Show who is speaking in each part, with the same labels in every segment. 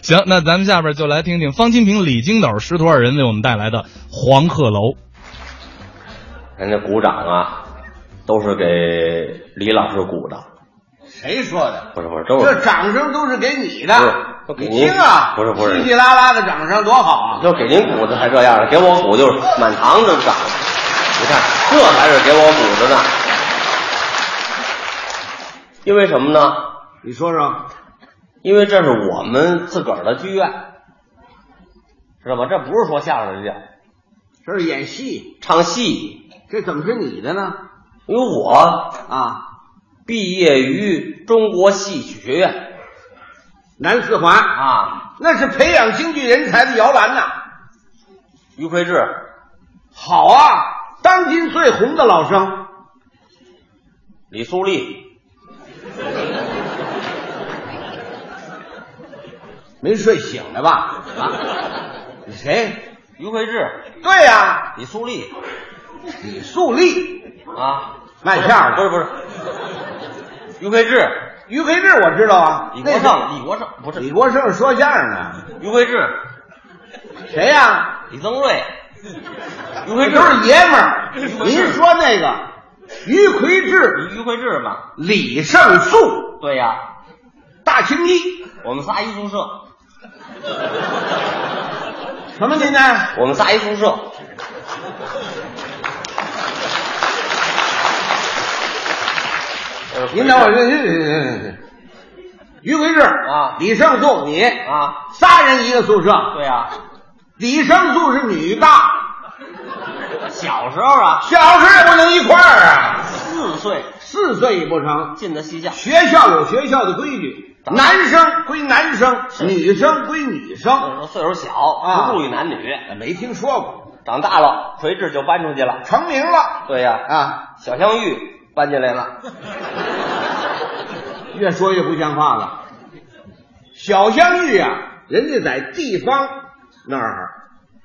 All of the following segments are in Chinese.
Speaker 1: 行，那咱们下边就来听听方清平、李金斗、师徒二人为我们带来的《黄鹤楼》。
Speaker 2: 人家鼓掌啊，都是给李老师鼓的，
Speaker 3: 谁说的？
Speaker 2: 不是不是，都
Speaker 3: 这
Speaker 2: 是
Speaker 3: 掌声都是给你
Speaker 2: 不
Speaker 3: 的
Speaker 2: 哦是都，给
Speaker 3: 你
Speaker 2: 您
Speaker 3: 听啊，
Speaker 2: 不是不是
Speaker 3: 稀稀拉拉的掌声多好啊！
Speaker 2: 就给您鼓的才这样，给我鼓就是满堂都掌。你看，这才是给我鼓的呢。因为什么呢？
Speaker 3: 你说说，
Speaker 2: 因为这是我们自个儿的剧院，知道吧？这不是说相声的剧，
Speaker 3: 这是演戏，
Speaker 2: 唱戏。
Speaker 3: 这怎么是你的呢？
Speaker 2: 因为我
Speaker 3: 啊，
Speaker 2: 毕业于中国戏曲学院
Speaker 3: 南四环，
Speaker 2: 啊，
Speaker 3: 那是培养京剧人才的摇篮呐！
Speaker 2: 于魁智
Speaker 3: 好啊，当今最红的老生，
Speaker 2: 李苏丽，
Speaker 3: 没睡醒了吧？啊，你谁？
Speaker 2: 于魁智，
Speaker 3: 对呀、
Speaker 2: 李苏丽
Speaker 3: 李素丽、
Speaker 2: 啊，
Speaker 3: 卖相的
Speaker 2: 不是不是，于魁智，
Speaker 3: 于魁智，我知道啊，
Speaker 2: 李国
Speaker 3: 那
Speaker 2: 盛，李国盛不
Speaker 3: 是
Speaker 2: 是
Speaker 3: 李国盛说相声的，
Speaker 2: 于魁智，
Speaker 3: 谁呀、
Speaker 2: 李增瑞，于
Speaker 3: 这
Speaker 2: 魁智
Speaker 3: 都是爷们儿。
Speaker 2: 于魁智
Speaker 3: 您说那个于魁智、
Speaker 2: 于于魁智嘛？
Speaker 3: 李胜素、
Speaker 2: 对呀，
Speaker 3: 大青衣，
Speaker 2: 我们仨一宿舍，
Speaker 3: 什么您呢？
Speaker 2: 我们仨一宿舍，
Speaker 3: 您等会
Speaker 2: 呃
Speaker 3: 儿，您您您您您于魁智
Speaker 2: 啊
Speaker 3: 李胜素你，
Speaker 2: 啊，
Speaker 3: 仨人一个宿舍。
Speaker 2: 对呀，
Speaker 3: 李胜素是女大，
Speaker 2: 小时候啊，
Speaker 3: 小时候也不能一块儿啊，
Speaker 2: 四岁
Speaker 3: 四岁也不成。
Speaker 2: 进的戏校，
Speaker 3: 学校有学校的规矩，男生归男生，女生归女
Speaker 2: 那时
Speaker 3: 生。
Speaker 2: 候岁数小，
Speaker 3: 啊
Speaker 2: 不注意男女，
Speaker 3: 没听说过，
Speaker 2: 长大了奎志就搬出去了。
Speaker 3: 成名了
Speaker 2: 对呀，
Speaker 3: 啊！
Speaker 2: 小香玉搬进来了，
Speaker 3: 越说越不像话了。小香玉啊，人家在地方那儿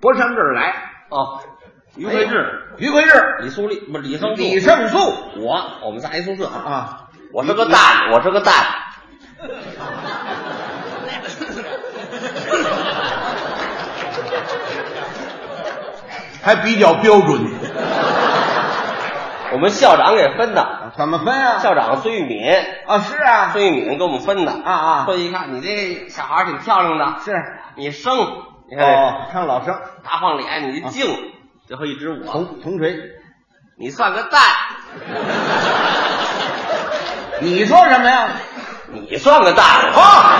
Speaker 3: 不上这儿来。
Speaker 2: 哦， 于魁智、
Speaker 3: 哎，于魁智，
Speaker 2: 李苏丽不是李生
Speaker 3: 李胜素
Speaker 2: 我我们仨一宿舍，
Speaker 3: 啊，
Speaker 2: 我是个蛋，我是个蛋。
Speaker 3: 还比较标准。
Speaker 2: 我们校长给分的，
Speaker 3: 怎么分啊？
Speaker 2: 校长孙玉敏，
Speaker 3: 啊，是啊，
Speaker 2: 孙玉敏给我们分的
Speaker 3: 啊啊
Speaker 2: 说一看你这小孩儿挺漂亮的，
Speaker 3: 是。
Speaker 2: 你生，你看这
Speaker 3: 哦，看老生
Speaker 2: 大胖脸，你净，啊最后一指我，
Speaker 3: 铜铜锤，
Speaker 2: 你算个蛋，
Speaker 3: 你说什么呀？
Speaker 2: 你算个蛋啊！
Speaker 3: 啊，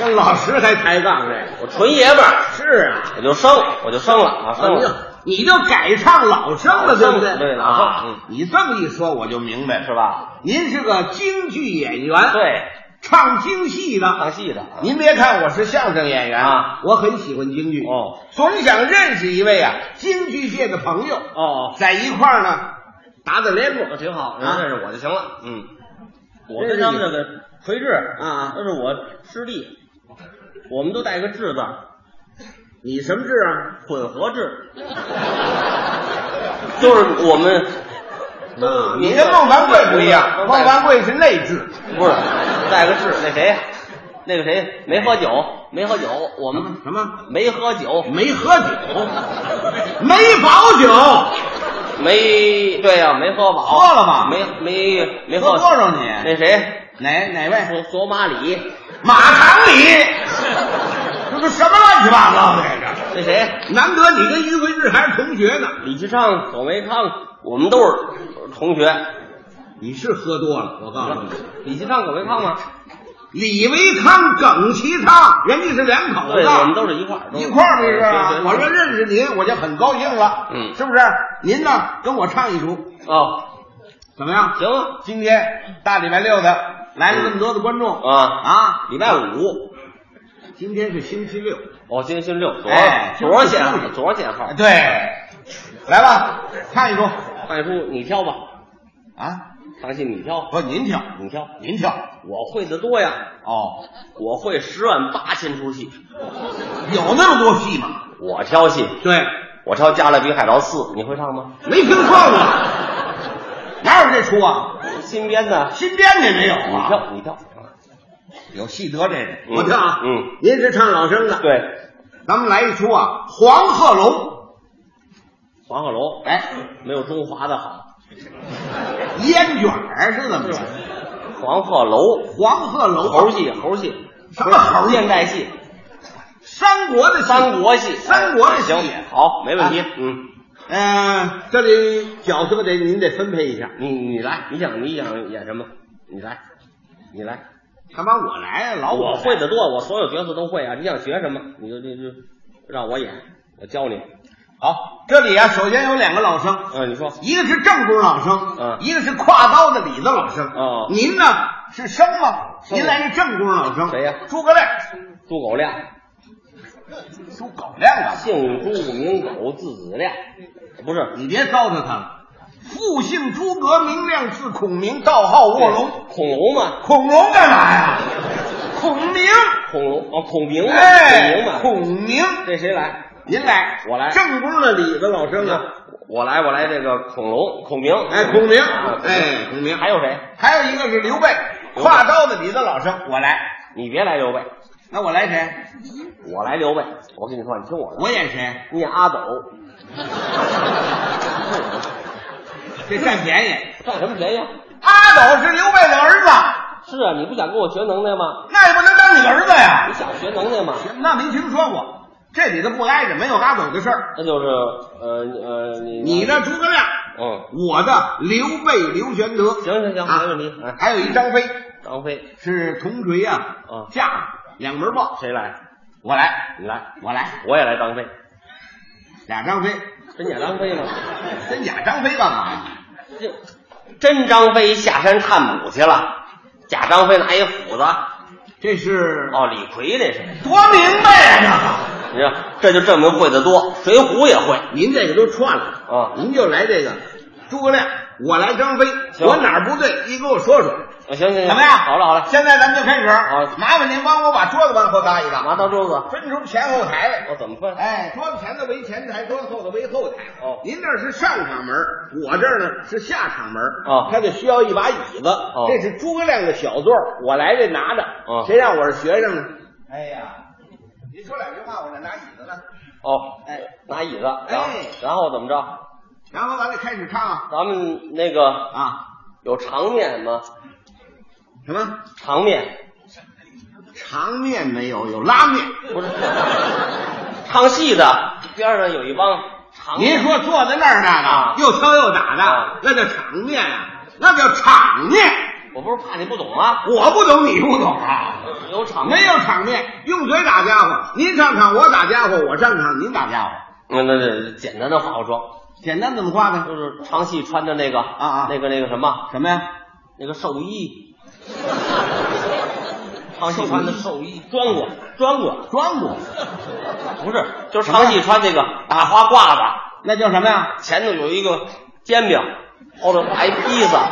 Speaker 3: 跟老师还抬杠这个？
Speaker 2: 我纯爷们儿，
Speaker 3: 是啊，
Speaker 2: 我就生，我就生了啊，生
Speaker 3: 你就
Speaker 2: 了，
Speaker 3: 你就改唱老生了，对不对？
Speaker 2: 对嗯老生
Speaker 3: 啊
Speaker 2: 嗯，
Speaker 3: 你这么一说我就明白了，
Speaker 2: 是吧？
Speaker 3: 您是个京剧演员，，
Speaker 2: 对，
Speaker 3: 唱京戏
Speaker 2: 唱
Speaker 3: 的。
Speaker 2: 戏的啊
Speaker 3: 您别看我是相声演员
Speaker 2: 啊，
Speaker 3: 我很喜欢京剧
Speaker 2: 哦，
Speaker 3: 总想认识一位啊京剧界的朋友，
Speaker 2: 哦，
Speaker 3: 在一块儿呢打打联络
Speaker 2: 我。挺好，
Speaker 3: 啊
Speaker 2: 能认识我就行了，嗯。我跟
Speaker 3: 认识
Speaker 2: 他
Speaker 3: 你
Speaker 2: 们这个锤志
Speaker 3: 啊
Speaker 2: 都是我师弟，我们都带个志字儿，
Speaker 3: 你什么志啊？
Speaker 2: 混合制，就是我们
Speaker 3: 啊，你跟孟凡贵不一样，
Speaker 2: 孟
Speaker 3: 孟
Speaker 2: 凡
Speaker 3: 凡贵是内志，
Speaker 2: 不是带个志，那谁，那个谁没喝酒，没喝酒，我们
Speaker 3: 什么
Speaker 2: 没喝酒，
Speaker 3: 没喝酒， 没保酒，
Speaker 2: 没对呀、没喝饱，
Speaker 3: 喝了吧
Speaker 2: 没没没
Speaker 3: 喝
Speaker 2: 喝
Speaker 3: 多少你？
Speaker 2: 那谁，
Speaker 3: 哪哪位？
Speaker 2: 索索马里，
Speaker 3: 马堂 里，这都什么乱七八糟的这个？
Speaker 2: 那谁，
Speaker 3: 难得你跟于魁智还是同学呢，
Speaker 2: 李其昌、左维康，我们都是同学。
Speaker 3: 你是喝多了，我告诉你，
Speaker 2: 李其昌、左维康吗？
Speaker 3: 李维康、耿其昌，人家是两口子，
Speaker 2: 对，我们都是一块儿，都
Speaker 3: 一块儿的是
Speaker 2: 对
Speaker 3: 吧？
Speaker 2: 对
Speaker 3: 我说认识您，我就很高兴了，
Speaker 2: 嗯
Speaker 3: 是不是？您呢，跟我唱一出，
Speaker 2: 哦，
Speaker 3: 怎么样？
Speaker 2: 行啊
Speaker 3: 今天大礼拜六的来了这么多的观众
Speaker 2: 啊，
Speaker 3: 啊，
Speaker 2: 礼拜五，
Speaker 3: 今天是星期六，
Speaker 2: 哦，今天星期六，昨
Speaker 3: 哎
Speaker 2: 儿昨儿限
Speaker 3: 星期
Speaker 2: 号，
Speaker 3: 六
Speaker 2: 昨儿限号，
Speaker 3: 对，来吧，唱一出
Speaker 2: 大叔你挑吧，
Speaker 3: 啊，
Speaker 2: 大戏你挑，
Speaker 3: 不，您挑，
Speaker 2: 你挑，
Speaker 3: 您挑，
Speaker 2: 我会的多呀，
Speaker 3: 哦，
Speaker 2: 我会十万八千出戏，
Speaker 3: 有那么多戏吗？
Speaker 2: 我挑戏，
Speaker 3: 对，
Speaker 2: 我挑《加勒比海盗四》，你会唱吗？
Speaker 3: 没听说过， 哪有这出啊？
Speaker 2: 新编的，
Speaker 3: 新编的没有
Speaker 2: 你
Speaker 3: 啊？
Speaker 2: 挑，你挑，
Speaker 3: 有戏德这人，
Speaker 2: 嗯
Speaker 3: 我听啊，
Speaker 2: 嗯，
Speaker 3: 您是唱老生的，，
Speaker 2: 对，
Speaker 3: 咱们来一出啊，《黄鹤楼
Speaker 2: 黄鹤楼，哎，没有中华的好，》
Speaker 3: 烟卷儿是怎么着？
Speaker 2: 黄鹤楼，
Speaker 3: 黄鹤楼
Speaker 2: 猴戏，猴戏，
Speaker 3: 什么猴戏
Speaker 2: 现代戏，
Speaker 3: 三国的戏
Speaker 2: 三，国戏，
Speaker 3: 三国的戏
Speaker 2: 行，好，没问题
Speaker 3: 啊，
Speaker 2: 嗯，
Speaker 3: 嗯，这里角色得您得分配一下，
Speaker 2: 你你来，你想你想演什么？你来，你来，
Speaker 3: 干嘛我来啊？老
Speaker 2: 我
Speaker 3: 来
Speaker 2: 会的多，我所有角色都会啊。你想学什么，你就就就让我演，我教你。
Speaker 3: 好，这里啊，首先有两个老生，
Speaker 2: 嗯，你说，
Speaker 3: 一个是正宗老生，
Speaker 2: 嗯
Speaker 3: 一个是挎刀的李子老生。
Speaker 2: 哦
Speaker 3: 您呢是生吗？
Speaker 2: 生
Speaker 3: 您来是正宗老生，
Speaker 2: 谁呀
Speaker 3: 诸葛亮，
Speaker 2: 诸葛亮，
Speaker 3: 诸葛亮啊！
Speaker 2: 姓朱名狗，字子亮，不是
Speaker 3: 你别糟蹋他了。复姓诸葛，名亮，字孔明，道号卧龙。
Speaker 2: 恐龙嘛，
Speaker 3: 孔龙干嘛呀？孔明，
Speaker 2: 恐龙哦，孔明嘛，孔明
Speaker 3: 哎，
Speaker 2: 嘛，
Speaker 3: 孔明，
Speaker 2: 这谁来？
Speaker 3: 您来，
Speaker 2: 我来
Speaker 3: 正宗的李子老生啊，
Speaker 2: 我来，我来这个恐龙，孔明，
Speaker 3: 哎，孔明，
Speaker 2: 啊
Speaker 3: 哎，孔明，
Speaker 2: 还有谁？
Speaker 3: 还有一个是刘备，
Speaker 2: 刘备
Speaker 3: 挎刀的李子老生，我来。
Speaker 2: 你别来刘备，
Speaker 3: 那我来谁？
Speaker 2: 我来刘备。我跟你说，你听我的，
Speaker 3: 我演谁？
Speaker 2: 你演阿斗，
Speaker 3: 这占便宜。
Speaker 2: 占什么便宜？
Speaker 3: 阿斗是刘备的儿子，
Speaker 2: 是啊，你不想跟我学能耐吗？
Speaker 3: 那也不能当你儿子
Speaker 2: 你
Speaker 3: 呀。
Speaker 2: 想学能耐吗？
Speaker 3: 那没听说过，这里头不挨着，没有阿斗的事儿。
Speaker 2: 那就是呃呃，你
Speaker 3: 你的诸葛亮，
Speaker 2: 嗯，
Speaker 3: 我的刘备刘玄德，
Speaker 2: 行行行，
Speaker 3: 啊
Speaker 2: 没问题。哎，
Speaker 3: 还有一张飞
Speaker 2: 张飞，
Speaker 3: 是铜锤啊
Speaker 2: 嗯，
Speaker 3: 架两门豹，
Speaker 2: 谁来？
Speaker 3: 我来，
Speaker 2: 你来，
Speaker 3: 我来，
Speaker 2: 我也来张飞。
Speaker 3: 俩张飞，
Speaker 2: 真假张飞吗？
Speaker 3: 真假张飞干嘛呀？
Speaker 2: 这真张飞下山探母去了，假张飞拿一斧子。
Speaker 3: 这是
Speaker 2: 哦，李逵这是，
Speaker 3: 多明白呀、
Speaker 2: 你看这就证明会的多，《水浒》也会。
Speaker 3: 这 个！您这个都串了
Speaker 2: 啊
Speaker 3: 您就来这个诸葛亮，我来张飞，
Speaker 2: 行
Speaker 3: 我哪儿不对，你给我说说，
Speaker 2: 啊，行行行，
Speaker 3: 怎么样？
Speaker 2: 好了好了，
Speaker 3: 现在咱们就开始。
Speaker 2: 好
Speaker 3: 麻烦您帮我把桌子往后搭一搭，
Speaker 2: 拿到桌子，
Speaker 3: 分出前后台
Speaker 2: 我
Speaker 3: 来。
Speaker 2: 怎么分？
Speaker 3: 哎，桌子前头为前台，桌子后头为后台。
Speaker 2: 哦
Speaker 3: 您这儿是上场门，我这儿呢是下场门。
Speaker 2: 哦
Speaker 3: 他就需要一把椅子。
Speaker 2: 哦
Speaker 3: 这是诸葛亮的小座，我来这拿着。
Speaker 2: 哦
Speaker 3: 谁让我是学生呢？哎呀，您说两句话，我这拿椅子呢。
Speaker 2: 哦，
Speaker 3: 哎，
Speaker 2: 拿椅子，然后
Speaker 3: 哎
Speaker 2: 然后怎么着？
Speaker 3: 然后完了开始唱啊
Speaker 2: 咱们那个
Speaker 3: 啊
Speaker 2: 有长面吗？
Speaker 3: 什么
Speaker 2: 长面
Speaker 3: 长面没有，有拉面。
Speaker 2: 不是唱戏的，边上有一帮长面。
Speaker 3: 您说坐在那儿那
Speaker 2: 啊
Speaker 3: 个又敲又打
Speaker 2: 啊
Speaker 3: 的，那叫场面啊，那叫场面。
Speaker 2: 我不是怕你不懂啊，
Speaker 3: 我不懂，你不懂啊。
Speaker 2: 有场
Speaker 3: 没有场面，用嘴打家伙，您上场我打家伙，我上场您打家伙，
Speaker 2: 那那那简单的化化妆，
Speaker 3: 简单怎么画呢？
Speaker 2: 就是唱戏穿的那个
Speaker 3: 啊啊
Speaker 2: 那个那个什么
Speaker 3: 什么呀？
Speaker 2: 那个寿 衣，唱戏穿的寿衣装过装过，
Speaker 3: 装过，
Speaker 2: 不是就是唱戏穿那个大花褂子，
Speaker 3: 那叫什么呀？
Speaker 2: 前头有一个煎饼，后头画一披萨，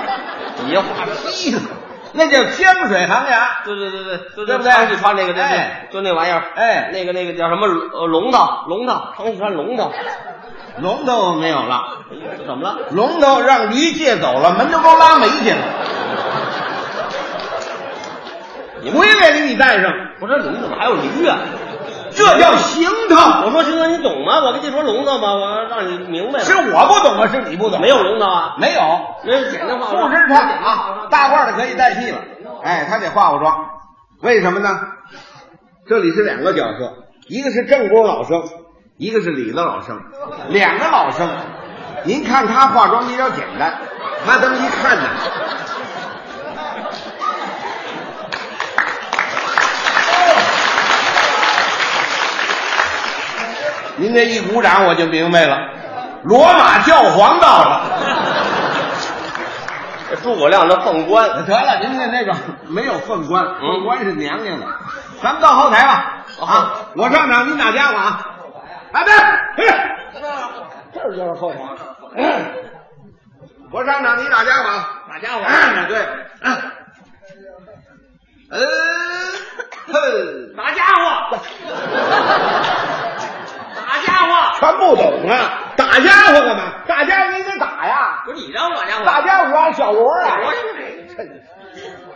Speaker 2: 底下画
Speaker 3: 披萨，那叫香水行牙。
Speaker 2: 对对对对，就
Speaker 3: 对
Speaker 2: 是
Speaker 3: 不对
Speaker 2: 唱戏穿那个，对
Speaker 3: 哎
Speaker 2: 对，就那玩意儿，
Speaker 3: 哎
Speaker 2: 那个那个叫什么呃龙套龙套，唱戏穿龙套，哎
Speaker 3: 龙头没有了，
Speaker 2: 怎么了？
Speaker 3: 龙头让驴借走了，门头沟拉煤去了。回来给你带上，
Speaker 2: 我说龙怎么还有驴啊？
Speaker 3: 这叫行
Speaker 2: 我
Speaker 3: 头。
Speaker 2: 说秦哥，你懂吗？我跟你说龙套吗？我让你明白了。
Speaker 3: 是我不懂啊，是你不懂。
Speaker 2: 没有龙套啊，
Speaker 3: 没有，
Speaker 2: 没有简单化
Speaker 3: 不支撑啊，大褂的可以代替了。哎，他得化化妆，为什么呢？这里是两个角色，一个是正宫老生，一个是李子老生，两个老生。您看他化妆比较简单，他这么一看呢，您这一鼓掌我就明白了，罗马教皇到了。
Speaker 2: 这诸葛亮这凤冠，
Speaker 3: 呃得了，您这那个 没有凤冠，
Speaker 2: 嗯
Speaker 3: 凤冠是娘娘的。咱们到后台吧。啊，我上场，您打家伙啊！啊，对，这儿就是后台。我上场，你打家伙啊，打家伙。对，嗯呃， 哼
Speaker 2: 拿家伙，拿家伙，
Speaker 3: 全不懂啊！打家伙干嘛？打家伙你得打呀！
Speaker 2: 不是你让我拿家伙，
Speaker 3: 打家伙啊，小罗啊！
Speaker 2: 我是哪个？
Speaker 3: 啊，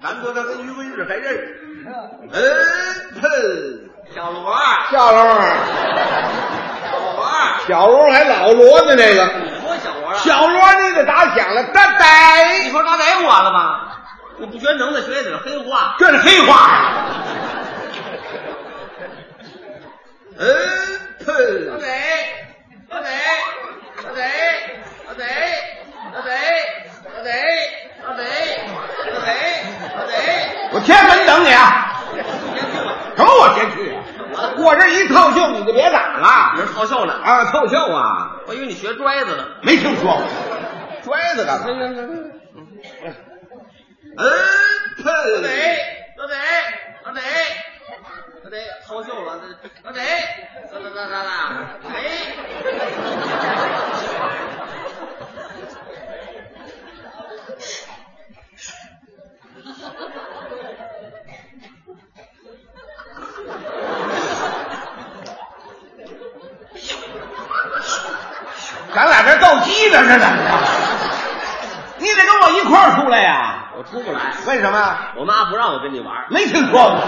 Speaker 3: 难得他跟于文世还认识。嗯，喷
Speaker 2: 小罗啊，
Speaker 3: 小龙，
Speaker 2: 小罗啊，
Speaker 3: 小龙还老罗呢，这个
Speaker 2: 你说小罗啊？
Speaker 3: 小罗你得打响了，哒
Speaker 2: 你
Speaker 3: 呆，
Speaker 2: 说刚才我了吧？你不学能耐，学一点黑话。
Speaker 3: 这是黑话呀。嗯，
Speaker 2: 老
Speaker 3: 喷
Speaker 2: 贼，老贼，老贼，老贼，老贼，老贼，老贼，老贼，老贼。
Speaker 3: 我天安门等你啊！什么我先去啊？我这一透秀你就别打
Speaker 2: 你
Speaker 3: 了
Speaker 2: 是好笑呢？
Speaker 3: 啊！透秀啊，
Speaker 2: 我以为你学拽子呢。
Speaker 3: 没听说嗯过，摔子干嘛？嗯，
Speaker 2: 老
Speaker 3: 喷
Speaker 2: 贼，老贼，老贼，老贼，好笑了，老贼，老贼，老贼，老贼。
Speaker 3: 咱俩这斗鸡呢，这怎么着？你得跟我一块儿出来呀、
Speaker 2: 我出不来，
Speaker 3: 为什么呀？
Speaker 2: 我妈不让我跟你玩。
Speaker 3: 没听说过，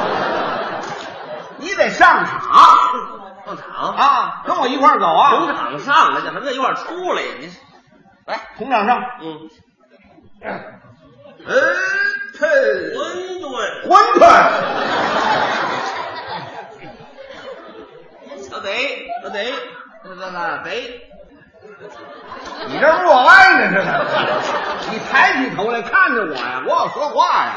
Speaker 3: 你得上场
Speaker 2: 啊上场
Speaker 3: 啊，跟我一块儿走
Speaker 2: 捧
Speaker 3: 啊，
Speaker 2: 场上来，叫什么一块儿出来呀？你，来，
Speaker 3: 同场上。
Speaker 2: 嗯，哎
Speaker 3: 嗯，喷
Speaker 2: 馄饨，
Speaker 3: 馄饨，
Speaker 2: 老贼，老贼，老老贼，
Speaker 3: 你这不我歪呢？这是，你抬起头来看着我呀，我要说话呀。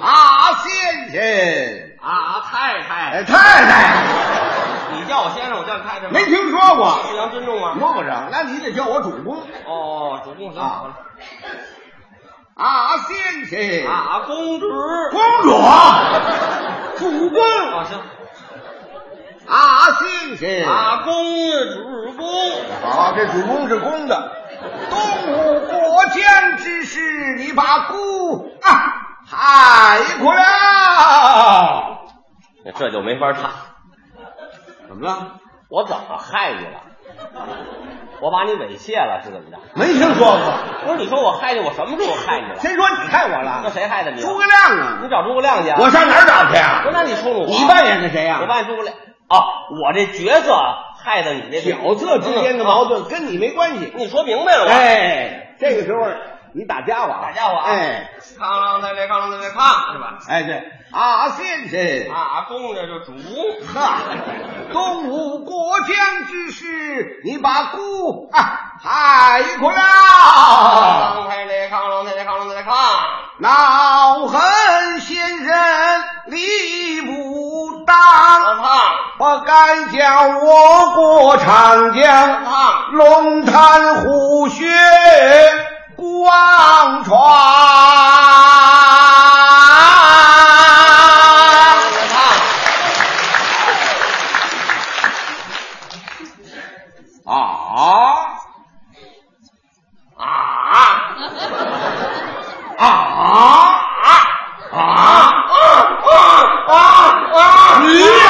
Speaker 3: 啊，先生，
Speaker 2: 啊，太太，
Speaker 3: 哎，太太，
Speaker 2: 你叫我先生，我叫太太吗，
Speaker 3: 没听说过，
Speaker 2: 互相尊重吗？
Speaker 3: 摸不着，那你得叫我主公。
Speaker 2: 哦，主公行，
Speaker 3: 啊
Speaker 2: 好了
Speaker 3: 啊，先生，
Speaker 2: 啊，公主，
Speaker 3: 公主，主公，
Speaker 2: 啊行，
Speaker 3: 啊，先生，
Speaker 2: 啊，公主公，
Speaker 3: 好，这主公是公的。东吴国将之事，你把孤啊害苦了。
Speaker 2: 这就没法唱。
Speaker 3: 怎么了？
Speaker 2: 我怎么害你了？我把你猥亵了是怎么着？
Speaker 3: 没听说过。
Speaker 2: 不是你说我害你，我什么时候害你了？
Speaker 3: 谁说你害我了？
Speaker 2: 那谁害的你？
Speaker 3: 诸葛亮啊！
Speaker 2: 你找诸葛亮去啊！
Speaker 3: 我上哪儿找去
Speaker 2: 不是，
Speaker 3: 呀？
Speaker 2: 那你冲着我，啊
Speaker 3: 你扮演的谁啊呀
Speaker 2: 我扮演诸葛亮。哦，我这角色害的你这
Speaker 3: 角色之间的矛，盾跟你没关系
Speaker 2: 嗯。你说明白了我。，
Speaker 3: 哎，这个时候你打家伙啊，
Speaker 2: 打家伙啊
Speaker 3: 哎
Speaker 2: 哐啷在这，哐啷在这，哐是吧？
Speaker 3: 哎对啊，先生
Speaker 2: 啊，公这就主公，
Speaker 3: 呵，东吴国将之事，你把孤啊害苦了。
Speaker 2: 哐啷在这，哐啷在这，哐啷在这，哐。
Speaker 3: 老恨先生理不
Speaker 2: 老
Speaker 3: 当，
Speaker 2: 胖，
Speaker 3: 不该叫我过长江，
Speaker 2: 胖，
Speaker 3: 龙潭虎穴光
Speaker 2: 老
Speaker 3: 传。
Speaker 2: 胖，
Speaker 3: 啊
Speaker 2: 啊
Speaker 3: 啊啊啊啊啊！驴呀，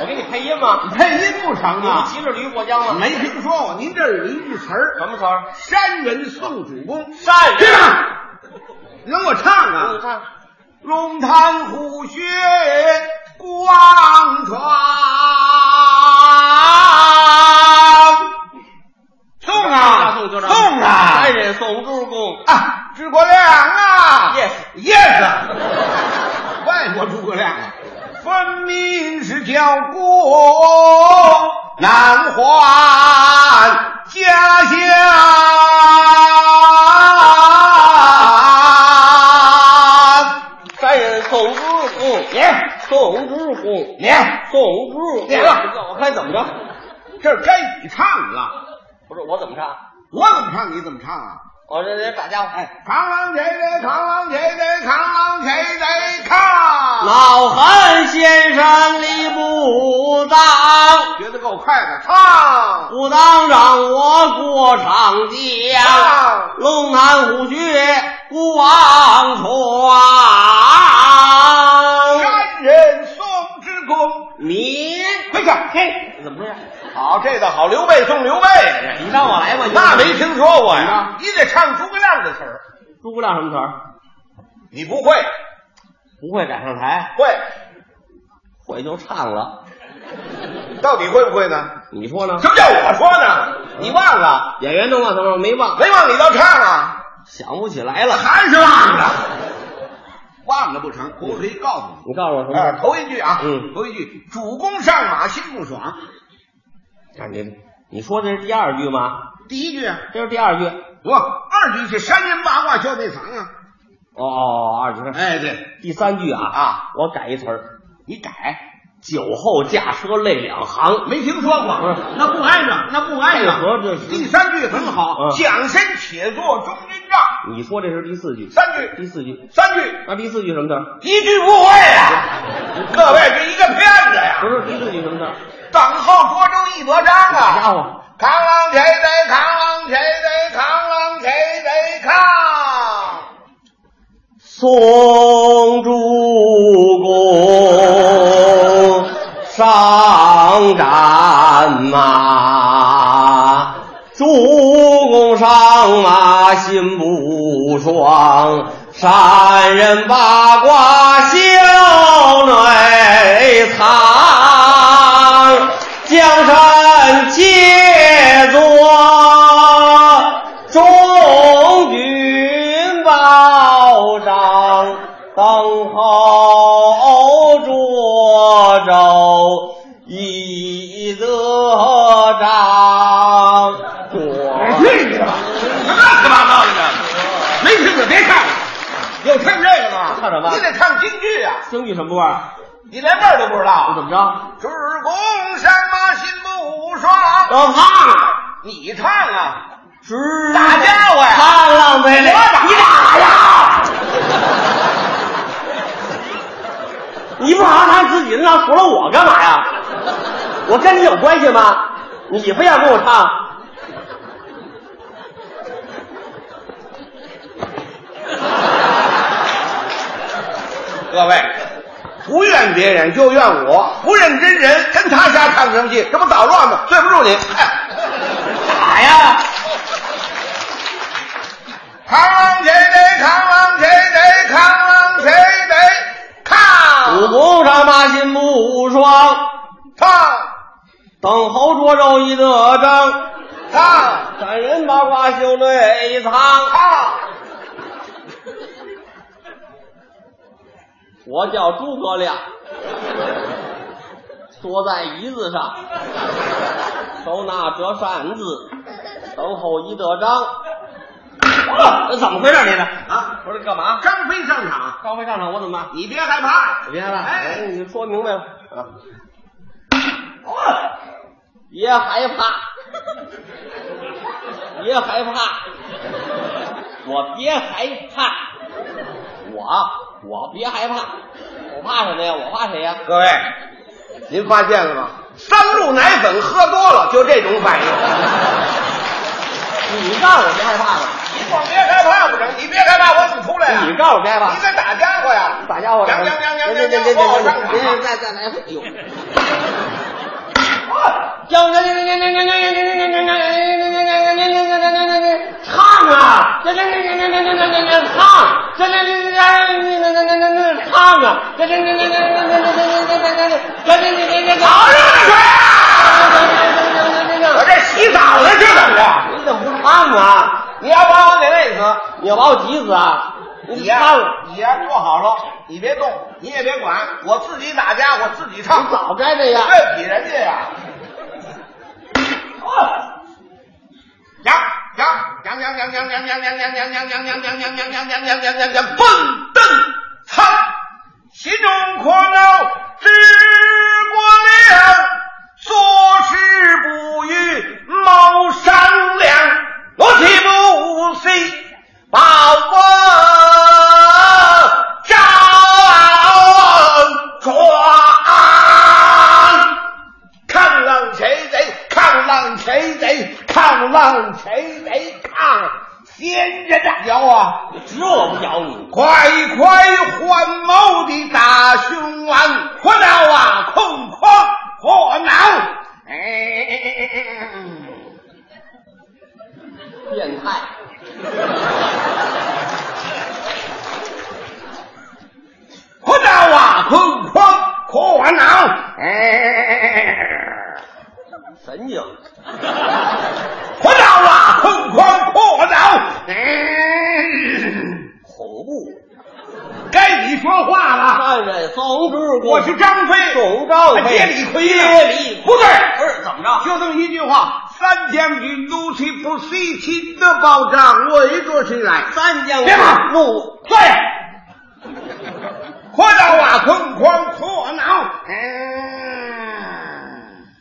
Speaker 2: 我给你配音吗？
Speaker 3: 配音不成
Speaker 2: 你不
Speaker 3: 啊！
Speaker 2: 骑着驴过江吗？
Speaker 3: 没听说过，您这有一句词儿，
Speaker 2: 什么词儿？
Speaker 3: 山人送主公，
Speaker 2: 善
Speaker 3: 这
Speaker 2: 人。
Speaker 3: 让我唱
Speaker 2: 你
Speaker 3: 啊！
Speaker 2: 看，
Speaker 3: 龙潭虎穴光传，送啊
Speaker 2: 送就让
Speaker 3: 送啊！
Speaker 2: 善人送诸公。
Speaker 3: 啊，诸葛亮啊
Speaker 2: Yes
Speaker 3: yes，外国诸葛亮啊，分明是叫过南还家乡。
Speaker 2: 善人送诸公，
Speaker 3: 你
Speaker 2: 送诸公，
Speaker 3: 你，
Speaker 2: 送诸
Speaker 3: 你了
Speaker 2: 哎我看怎么着？
Speaker 3: 这该你唱了，
Speaker 2: 不是我怎么唱？
Speaker 3: 我怎么唱你怎么唱啊？
Speaker 2: 我这这打架，哎，
Speaker 3: 扛啷谁得扛啷谁得扛啷谁得扛。
Speaker 2: 老汉先生理不当，
Speaker 3: 觉得够快的，唱
Speaker 2: 不当让我过长江，
Speaker 3: 唱
Speaker 2: 龙潭虎穴孤王船。
Speaker 3: 山人送之公，
Speaker 2: 你
Speaker 3: 回去。嘿，
Speaker 2: 怎么回事？
Speaker 3: 好，这倒好，刘备送刘备，
Speaker 2: 你让我来吧。你
Speaker 3: 那没听说过呀
Speaker 2: 啊？
Speaker 3: 你得唱诸葛亮的词儿，
Speaker 2: 诸葛亮什么词儿？
Speaker 3: 你不会，
Speaker 2: 不会赶上台，
Speaker 3: 会，
Speaker 2: 会就唱了。
Speaker 3: 到底会不会呢？
Speaker 2: 你说呢
Speaker 3: 什？么叫我说呢？你忘了？
Speaker 2: 演员都忘什么？没忘，
Speaker 3: 没忘你倒唱啊？
Speaker 2: 想不起来了。
Speaker 3: 还是忘了？忘了不成，我可以告诉你。
Speaker 2: 你告诉我什么
Speaker 3: 哎，
Speaker 2: 事？
Speaker 3: 头一句啊，
Speaker 2: 嗯
Speaker 3: 头一句，主公上马心不爽。
Speaker 2: 看啊你，你说这是第二句吗？
Speaker 3: 第一句啊，
Speaker 2: 这是第二句。
Speaker 3: 不，二句是山人八卦消内藏啊。
Speaker 2: 哦，二句。
Speaker 3: 哎，对，
Speaker 2: 第三句啊
Speaker 3: 啊，
Speaker 2: 我改一词儿，
Speaker 3: 你改，
Speaker 2: 酒后驾车泪两行。
Speaker 3: 没听说过，
Speaker 2: 不是
Speaker 3: 那不挨着，那不挨
Speaker 2: 这合着是
Speaker 3: 第三句很好，
Speaker 2: 嗯
Speaker 3: 蒋身且作忠贞丈。
Speaker 2: 你说这是第四句，
Speaker 3: 三句，
Speaker 2: 第四句，
Speaker 3: 三句，
Speaker 2: 那第四句什么字儿？
Speaker 3: 一句不会啊！各位，这一个骗子呀！
Speaker 2: 不是第四句什么字儿？
Speaker 3: 等候涿州一得章
Speaker 2: 好家
Speaker 3: 啊！
Speaker 2: 伙，
Speaker 3: 扛啷谁谁，扛啷谁谁，扛啷谁谁扛。
Speaker 2: 送主公上战马，主公上马心不爽，山人八卦笑内藏，江山借作忠君报章，等候涿州一则章。哎
Speaker 3: 去你的吧！什么乱七八糟的呢？没听就别看了，有听这个吗？
Speaker 2: 看什么
Speaker 3: 你得看京剧啊！
Speaker 2: 京剧什么味儿？
Speaker 3: 你连味儿都不知道啊？
Speaker 2: 怎么着？
Speaker 3: 主公上马心不爽，
Speaker 2: 我胖，
Speaker 3: 你唱啊！
Speaker 2: 直
Speaker 3: 打架我呀
Speaker 2: 胖浪贼嘞！
Speaker 3: 我打
Speaker 2: 你打呀！你不好好唱自己的，那除了我干嘛呀？我跟你有关系吗？你非要跟我唱？
Speaker 3: 各位，不怨别人就怨我，不认真人跟他瞎唱什么戏，这不捣乱吗？对不住你。
Speaker 2: 打呀！
Speaker 3: 扛啷谁得扛啷谁得扛啷谁得
Speaker 2: 武
Speaker 3: 扛
Speaker 2: 功上马心不爽，
Speaker 3: 扛
Speaker 2: 等候涿州一得章。
Speaker 3: 扛
Speaker 2: 三人八卦修内藏，
Speaker 3: 扛。
Speaker 2: 我叫诸葛亮，坐在椅子上，手拿折扇子，等候一得章。这怎么回事？你这啊，不是干嘛？
Speaker 3: 张飞上场，
Speaker 2: 刚会上场，我怎么办？
Speaker 3: 你别害怕，
Speaker 2: 别害怕，哎，
Speaker 3: 哎，
Speaker 2: 你说明白了啊！别害怕，别害怕，我别害怕，我我别害怕，我怕什么呀？我怕谁呀？
Speaker 3: 各位，您发现了吗？三鹿奶粉喝多了就这种反应。
Speaker 2: 你告诉我别害怕吧，
Speaker 3: 你光别害怕不成？你别害怕，我怎么出来呀、
Speaker 2: 你告诉我别害
Speaker 3: 你
Speaker 2: 怕，
Speaker 3: 在打家伙呀？
Speaker 2: 打家伙
Speaker 3: 娘娘娘娘
Speaker 2: 别
Speaker 3: 娘
Speaker 2: 别别别
Speaker 3: 娘
Speaker 2: 别
Speaker 3: 娘，我上
Speaker 2: 别别
Speaker 3: 场。
Speaker 2: 再再来，哎呦！将将将将将将将将将将将将唱啊！将将将将将将将将将唱！将将将将将将将将唱啊！将将将将将将将将将将将将将将
Speaker 3: 好日子
Speaker 2: 将
Speaker 3: 我这洗澡呢，这怎么着？
Speaker 2: 你怎么不唱啊？
Speaker 3: 你要把我给累死，
Speaker 2: 你要把我急死啊！
Speaker 3: 你
Speaker 2: 你
Speaker 3: 呀、
Speaker 2: 唱了，
Speaker 3: 你呀、坐好了，你别动，你也别管，我自己打架，我自己唱，
Speaker 2: 早该这样。
Speaker 3: 这比人家呀。羊羊羊羊羊羊羊羊羊羊羊羊羊羊羊羊羊羊羊羊羊羊，蹦蹬噌，其中狂傲之过量，做事不与谋商量，我岂不是把我招抓？抗浪谁贼，抗浪谁贼，抗浪谁贼，抗！闲着的摇啊，
Speaker 2: 只有我不咬你，
Speaker 3: 快快换毛的大胸丸，活脑啊，空旷活脑。
Speaker 2: 变态！神经，
Speaker 3: 活脑啊，疯狂破脑！嗯，
Speaker 2: 恐怖。
Speaker 3: 该你说话了。
Speaker 2: 看着总之，
Speaker 3: 我是张飞，哎
Speaker 2: 总张飞
Speaker 3: 接李逵呀，
Speaker 2: 接李逵
Speaker 3: 不对，
Speaker 2: 是怎么着？
Speaker 3: 就这么一句话：三将军怒气不息，秦的保障围着谁来？
Speaker 2: 三将
Speaker 3: 别骂
Speaker 2: 怒，
Speaker 3: 对，活到啊，疯狂破脑。嗯，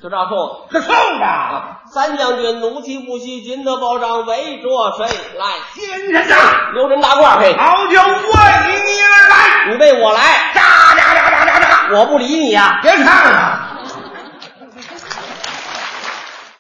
Speaker 2: 就这说。
Speaker 3: 这送吧，
Speaker 2: 三将军怒气不息，金德包章围着谁来？
Speaker 3: 奸人呐，
Speaker 2: 留人大褂配，
Speaker 3: 老九我以你而来，
Speaker 2: 你为我来，
Speaker 3: 扎扎扎扎扎扎，
Speaker 2: 我不理你呀、
Speaker 3: 别唱了。